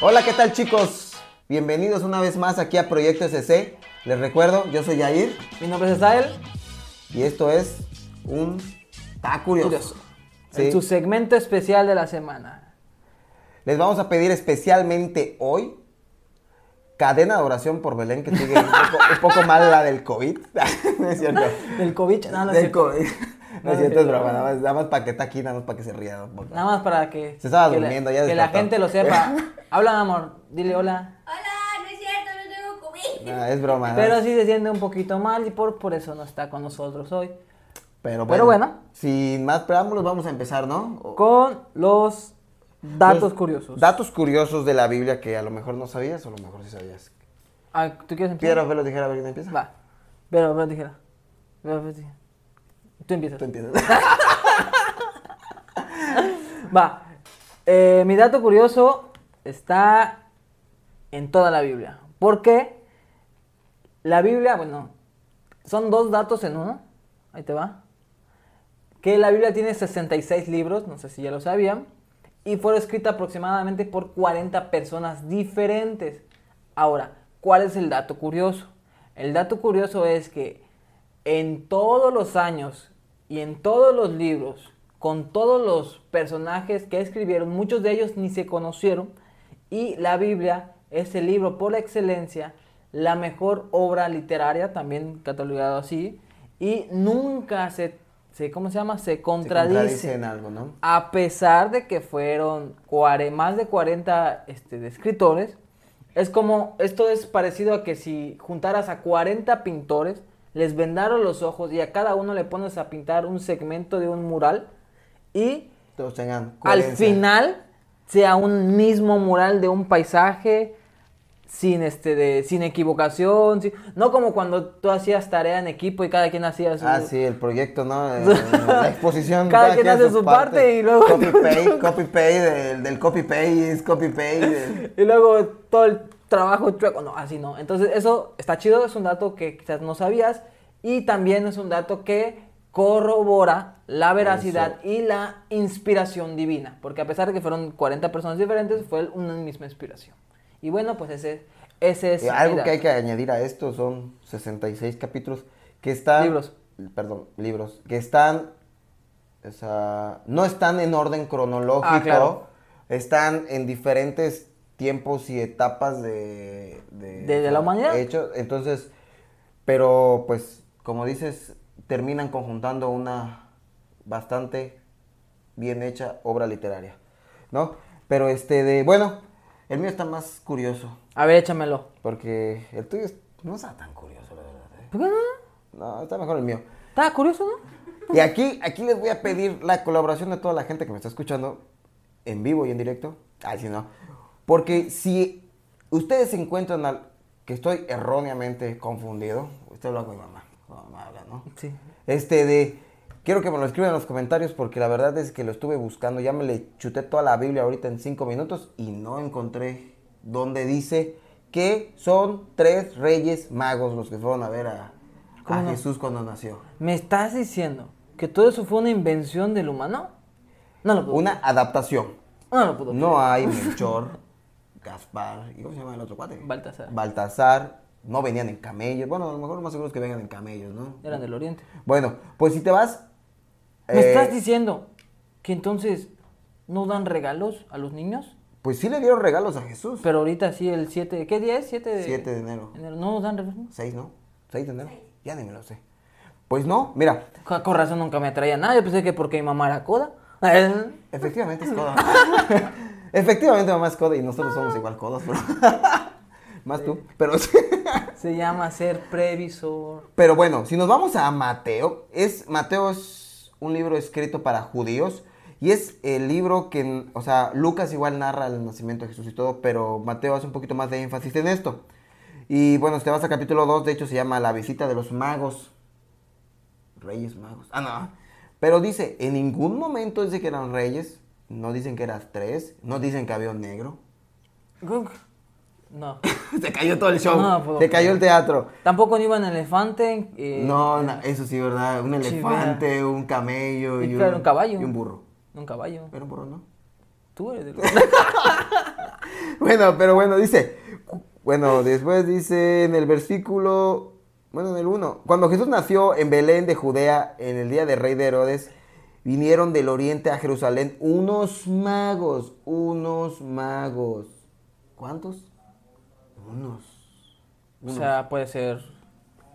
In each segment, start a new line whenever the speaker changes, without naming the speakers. Hola, ¿qué tal chicos? Bienvenidos una vez más aquí a Proyecto SC. Les recuerdo, yo soy Yair
Mi nombre es Esael,
y esto es un Ta curioso.
curioso.
Sí.
En su segmento especial de la semana.
Les vamos a pedir especialmente hoy cadena de oración por Belén, que sigue un poco, un poco mal la del COVID. no es cierto.
Del COVID, no, no es
Del
cierto.
COVID. No
No,
es
no
cierto, es
es cierto.
broma. Nada más, nada más para que está aquí, nada más para que se ría. ¿no? Porque-
Nada más para que.
Se estaba
que la-
durmiendo, ya
Que la
despertó.
gente lo sepa. Habla, mi amor. Dile hola.
Hola, no es cierto, no tengo COVID.
No, Ah, es broma. ¿no?
Pero sí se siente un poquito mal y por, por eso no está con nosotros hoy.
Pero bueno,
pero bueno.
Sin más preámbulos, vamos a empezar, ¿no? O-
Con los datos
Oh. Los
curiosos.
Datos curiosos de la Biblia que a lo mejor no sabías o a lo mejor sí sabías.
Ah, ¿Tú quieres empezar?
Piedra, velo, tijera, a ver quién empieza.
Va. Pero, pero dijera. Pero, pero, dijera. Tú empiezas.
Tú empiezas.
Va. Eh, mi dato curioso está en toda la Biblia. Porque la Biblia, bueno, son dos datos en uno. Ahí te va. Que la Biblia tiene 66 libros, no sé si ya lo sabían. Y fue escrita aproximadamente por 40 personas diferentes. Ahora, ¿cuál es el dato curioso? El dato curioso es que en todos los años y en todos los libros, con todos los personajes que escribieron, muchos de ellos ni se conocieron, y la Biblia es el libro por excelencia, la mejor obra literaria, también catalogado así, y nunca se, se- ¿cómo se llama? Se contradice.
en algo, ¿no?
A pesar de que fueron cuare- más de 40 este, de escritores, es como, esto es parecido a que si juntaras a 40 pintores, les vendaron los ojos y a cada uno le pones a pintar un segmento de un mural y
Todos tengan
al
coherencia.
final sea un mismo mural de un paisaje sin este de sin equivocación, sin- no como cuando tú hacías tarea en equipo y cada quien hacía su,
Ah, sí, el proyecto, ¿no? Eh, la exposición.
Cada quien hace su parte y luego-
Copy-paste, copy-paste, del, del copy-paste, es copy-paste. del-
Y luego todo el trabajo chueco. No, así no. Entonces, eso está chido. Es un dato que quizás no sabías. Y también es un dato que corrobora la veracidad y la inspiración divina. Porque a pesar de que fueron 40 personas diferentes, fue una misma inspiración. Y bueno, pues ese, ese es.
Eh,
mi
algo que
dato.
hay que añadir a esto son 66 capítulos que están...
Libros.
Perdón, libros. Que están... o sea, no están en orden cronológico.
Ah, claro.
Están en diferentes tiempos y etapas de... De,
De- de la humanidad.
hechos. Entonces, pero pues, como dices, terminan conjuntando una bastante bien hecha obra literaria, ¿no? Pero este de... Bueno, el mío está más curioso.
A ver, échamelo.
Porque el tuyo es- no está tan curioso, la verdad. ¿eh?
¿Por qué no?
No, está mejor el mío.
Estaba curioso, ¿no?
Y aquí, aquí les voy a pedir la colaboración de toda la gente que me está escuchando en vivo y en directo. Ay, si no. Porque si ustedes encuentran al- que estoy erróneamente confundido, esto lo hago mi mamá. Mi mamá habla, ¿no?
Sí.
Este de. Quiero que me lo escriban en los comentarios porque la verdad es que lo estuve buscando. Ya me le chuté toda la Biblia ahorita en cinco minutos y no encontré donde dice que son tres reyes magos los que fueron a ver a, a
¿Cómo no?
Jesús cuando nació.
¿Me estás diciendo que todo eso fue una invención del humano? No lo puedo.
Una adaptación.
No lo puedo.
No hay Melchor, Gaspar, ¿y cómo se llama el otro cuate?
Baltasar.
Baltasar. No venían en camellos. Bueno, a lo mejor lo más seguro es que vengan en camellos, ¿no?
Eran del oriente.
Bueno, pues si te vas.
¿Me
eh,
estás diciendo que entonces no dan regalos a los niños?
Pues sí le dieron regalos a Jesús.
Pero ahorita sí, el 7, ¿qué día es? 7 de...
7 de enero.
enero. No nos dan regalos.
6, ¿no? 6 de enero. Ya ni me lo sé. Pues no, mira,
Con con razón nunca me atraía nada. Yo pensé que porque mi mamá era coda. Eh,
efectivamente es coda. efectivamente mamá es coda y nosotros somos igual codos, pero... Más tú, pero
Se llama ser previsor.
Pero bueno, si nos vamos a Mateo, es Mateo es un libro escrito para judíos y es el libro que, o sea, Lucas igual narra el nacimiento de Jesús y todo, pero Mateo hace un poquito más de énfasis en esto. Y bueno, si te vas al capítulo 2, de hecho se llama La visita de los magos. Reyes magos. Ah, no. Pero dice, en ningún momento dice que eran reyes, no dicen que eran tres, no dicen que había un negro.
No.
se cayó todo el show.
No, puedo
se cayó el teatro.
Tampoco no iban elefante. eh,
No, na- eso sí, ¿verdad? Un
Sí,
elefante, un camello
Y
y,
claro, un caballo.
y un burro.
Un caballo.
Era un burro, ¿no?
Tú eres el...
Bueno, pero bueno, dice. cu- Bueno, después dice en el versículo. Bueno, en el 1. Cuando Jesús nació en Belén de Judea, en el día de rey de Herodes, vinieron del oriente a Jerusalén unos magos. Unos magos. ¿Cuántos? Unos.
o sea, puede ser...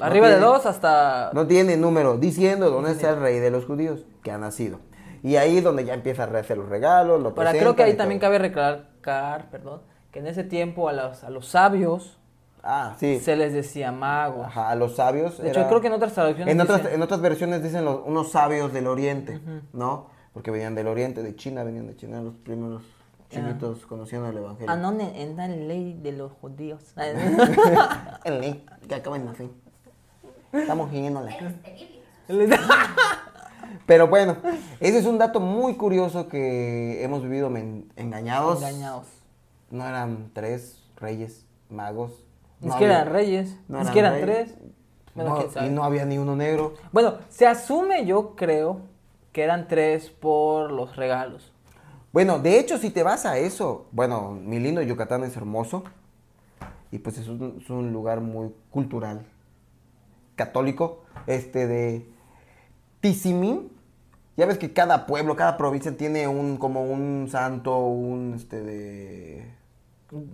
Arriba de
tiene-
dos hasta...
No tiene número, diciendo dónde está el rey de los judíos que ha nacido. Y ahí es donde ya empieza a hacer los regalos, lo
Ahora, creo que
presentan
ahí
y
también
todo.
cabe recalcar, perdón, que en ese tiempo a los, a los sabios
Ah, sí.
se les decía magos.
Ajá, a los sabios.
De hecho, creo que en otras traducciones
En otras,
dicen-
en otras versiones dicen los- unos sabios del oriente, ¿no? Porque venían del oriente, de China, venían de China los primeros chinitos conociendo el evangelio.
Ah, no, en, en la ley de los judíos.
El ley que acaban de nacer. Estamos viviendo la...
Eres terrible.
Pero bueno, ese es un dato muy curioso que hemos vivido men- engañados.
Engañados.
No eran tres reyes magos.
Es
no
que
había-
eran reyes.
no
es que eran
reyes.
tres. Bueno,
No,
quién sabe.
y no había ni uno negro.
Bueno, se asume, yo creo, que eran tres por los regalos.
Bueno, de hecho, si te vas a eso, bueno, mi lindo Yucatán es hermoso y pues es un, es un lugar muy cultural, católico, este de Tizimín. Ya ves que cada pueblo, cada provincia tiene un como un santo, un este de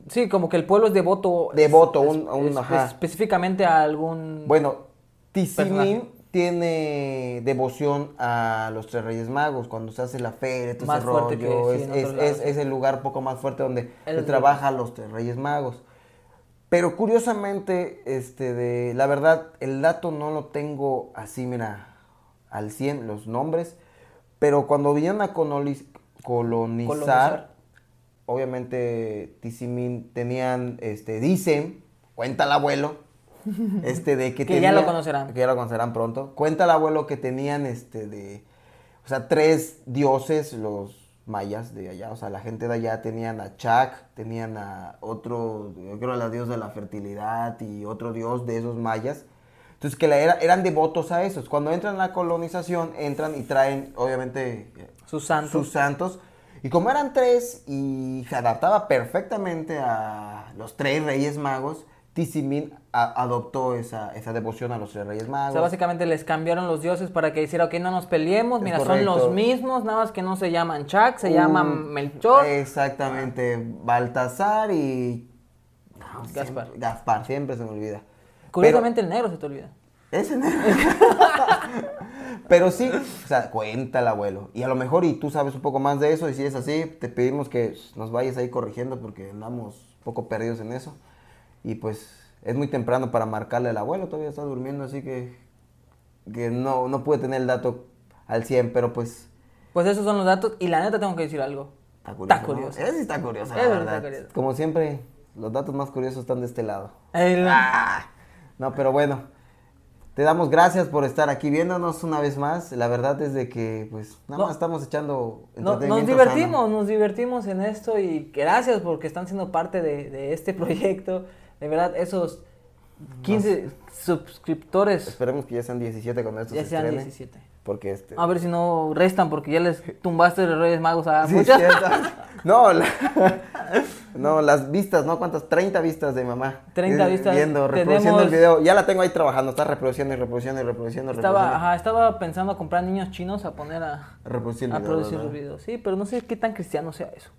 Sí, como que el pueblo es devoto.
Devoto,
es-
un- un-
es-
ajá.
Específicamente a algún.
Bueno, Tizimín
Personaje.
tiene devoción a los tres Reyes Magos cuando se hace la feria, todo
Más
ese
fuerte que
rollo,
sí, en
es,
otros
es-
lados.
es el lugar poco más fuerte donde
Es
se
el-
trabaja a los tres Reyes Magos. Pero curiosamente, este de la verdad, el dato no lo tengo así, mira, al 100 los nombres, pero cuando vinieron a colonis- colonizar,
Colonizar.
obviamente Tizimín tenían, este, dicen, cuenta el abuelo, este de que
Que ya lo
tenía-
conocerán.
que ya lo conocerán pronto. Cuenta el abuelo que tenían este de. O sea, tres dioses, los mayas de allá. O sea, la gente de allá tenían a Chac, tenían a otro, yo creo, a la diosa de la fertilidad y otro dios de esos mayas. Entonces, que la era, eran devotos a esos. Cuando entran a la colonización, entran y traen, obviamente,
Sus santos.
sus santos. Y como eran tres y se adaptaba perfectamente a los tres reyes magos, Tizimín a- adoptó esa, esa devoción a los tres reyes
O
magos.
sea, básicamente les cambiaron los dioses para que hiciera, ok, no nos peleemos,
Es
mira,
correcto.
son los mismos, nada más que no se llaman Chak, se
Un- eh,
llaman Melchor.
Exactamente, Baltasar y... no,
Ah, Gaspar.
siempre- Gaspar, siempre se me olvida.
Curiosamente el negro se te olvida.
Pero, ese no. Pero sí, o sea, cuenta el abuelo. Y a lo mejor, y tú sabes un poco más de eso, y si es así, te pedimos que nos vayas ahí corrigiendo porque andamos un poco perdidos en eso. Y pues es muy temprano para marcarle al abuelo, todavía está durmiendo, así que, que no, no pude tener el dato al 100, pero pues...
Pues esos son los datos y la neta tengo que decir algo.
Está curioso.
Está curioso.
¿no? Ese sí está curioso, la
Ese sí está
verdad.
curioso.
Como siempre, los datos más curiosos están de este lado.
El-
Ah, No, pero bueno. Te damos gracias por estar aquí viéndonos una vez más. La verdad es de que, pues, nada
No.
más estamos echando
No, nos
entretenimiento
divertimos,
sano.
nos divertimos en esto y gracias porque están siendo parte de, de este proyecto. De verdad, esos 15 suscriptores
Esperemos que ya sean 17 cuando esto
ya
se
sean
estrene,
17.
Porque este...
A ver si no restan porque ya les tumbaste los Reyes Magos a
Sí,
Ah, muchas.
cierto. No, la- no, las vistas, ¿no? ¿Cuántas? 30 vistas de mamá.
30
Eh,
vistas.
Viendo, reproduciendo
Tenemos-
el video. Ya la tengo ahí trabajando, está reproduciendo y reproduciendo y reproduciendo. y
Estaba,
reproduciendo.
ajá, estaba pensando comprar niños chinos a poner a,
Reproducir el
a
video,
producir
¿verdad?
los videos. Sí, pero no sé qué tan cristiano sea eso.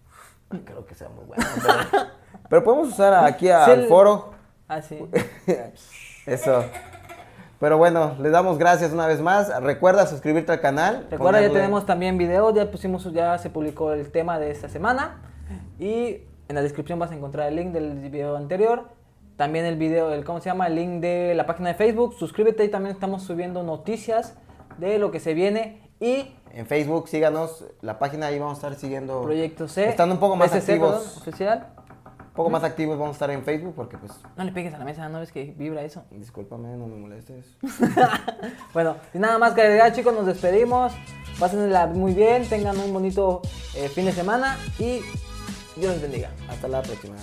No Ah, creo que sea muy bueno. Pero, pero podemos usar aquí a-
Sí,
al
el-
foro.
Ah, sí.
Pues, Eso. Pero bueno, les damos gracias una vez más. Recuerda suscribirte al canal.
Recuerda, ya
ponerle-
tenemos también videos, ya pusimos, ya se publicó el tema de esta semana. Y en la descripción vas a encontrar el link del video anterior. También el video, el, ¿cómo se llama? El link de la página de Facebook. Suscríbete y también estamos subiendo noticias de lo que se viene. Y
En Facebook, síganos. La página ahí vamos a estar siguiendo.
Proyecto C.
Estando un poco más
PCC, perdón,
activos.
oficial.
Un poco más activos vamos a estar en Facebook porque, pues,
No le pegues a la mesa, no ves que vibra eso.
discúlpame, no me molestes.
Bueno, sin nada más que agregar, chicos, nos despedimos. Pásenla muy bien, tengan un bonito eh, fin de semana y Dios les bendiga.
Hasta la próxima.